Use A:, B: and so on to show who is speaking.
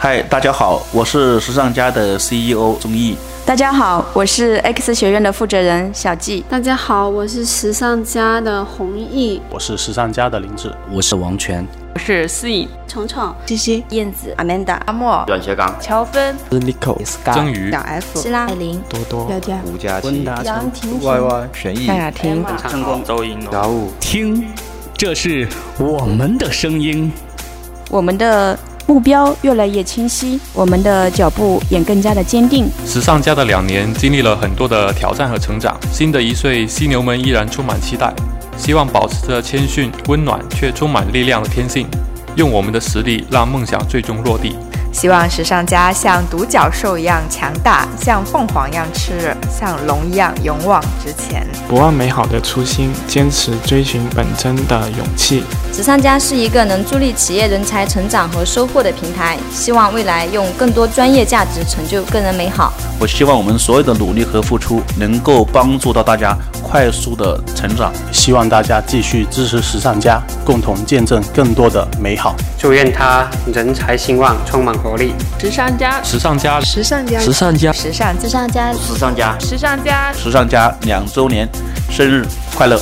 A: 嗨，大家好，我是时尚家的 CEO 钟毅。
B: 大家好，我是 X 学院的负责人小纪。
C: 大家好，我是时尚家的弘毅，
D: 我是时尚家的林志，
E: 我是王权，
F: 我是思颖、
C: 程程、
G: 西西、
H: 燕子、
I: Amanda、
J: 阿莫、
K: 阮学刚、
L: 乔芬、
M: Nico、Sky、
N: 曾宇、
O: 小 F、
H: 希拉、
O: 艾
H: 琳、
M: 多多、
P: 佳佳、
Q: 吴佳
R: 琪、
S: 杨婷、
T: Y Y、玄毅、
D: 夏雅婷、
L: 成功、周莹、
D: 哦
A: 姚武。
G: 听，这是我们的声音，
B: 我们的。目标越来越清晰，我们的脚步也更加的坚定。
N: 时尚家的两年经历了很多的挑战和成长，新的一岁犀牛们依然充满期待，希望保持着谦逊、温暖却充满力量的天性，用我们的实力让梦想最终落地。
K: 希望时尚家像独角兽一样强大，像凤凰一样炽热，像龙一样勇往直前。
J: 不忘美好的初心，坚持追寻本真的勇气。
H: 时尚家是一个能助力企业人才成长和收获的平台，希望未来用更多专业价值成就个人美好。
A: 我希望我们所有的努力和付出能够帮助到大家快速的成长。
D: 希望大家继续支持时尚家，共同见证更多的美好。
L: 祝愿他人才兴旺，充满活力。
F: 时尚家，
N: 时尚家，
G: 时尚家，
M: 时尚家，
K: 时尚
H: 时尚家，
Q: 时尚家，
F: 时尚家，
A: 时尚家两周年生日快乐！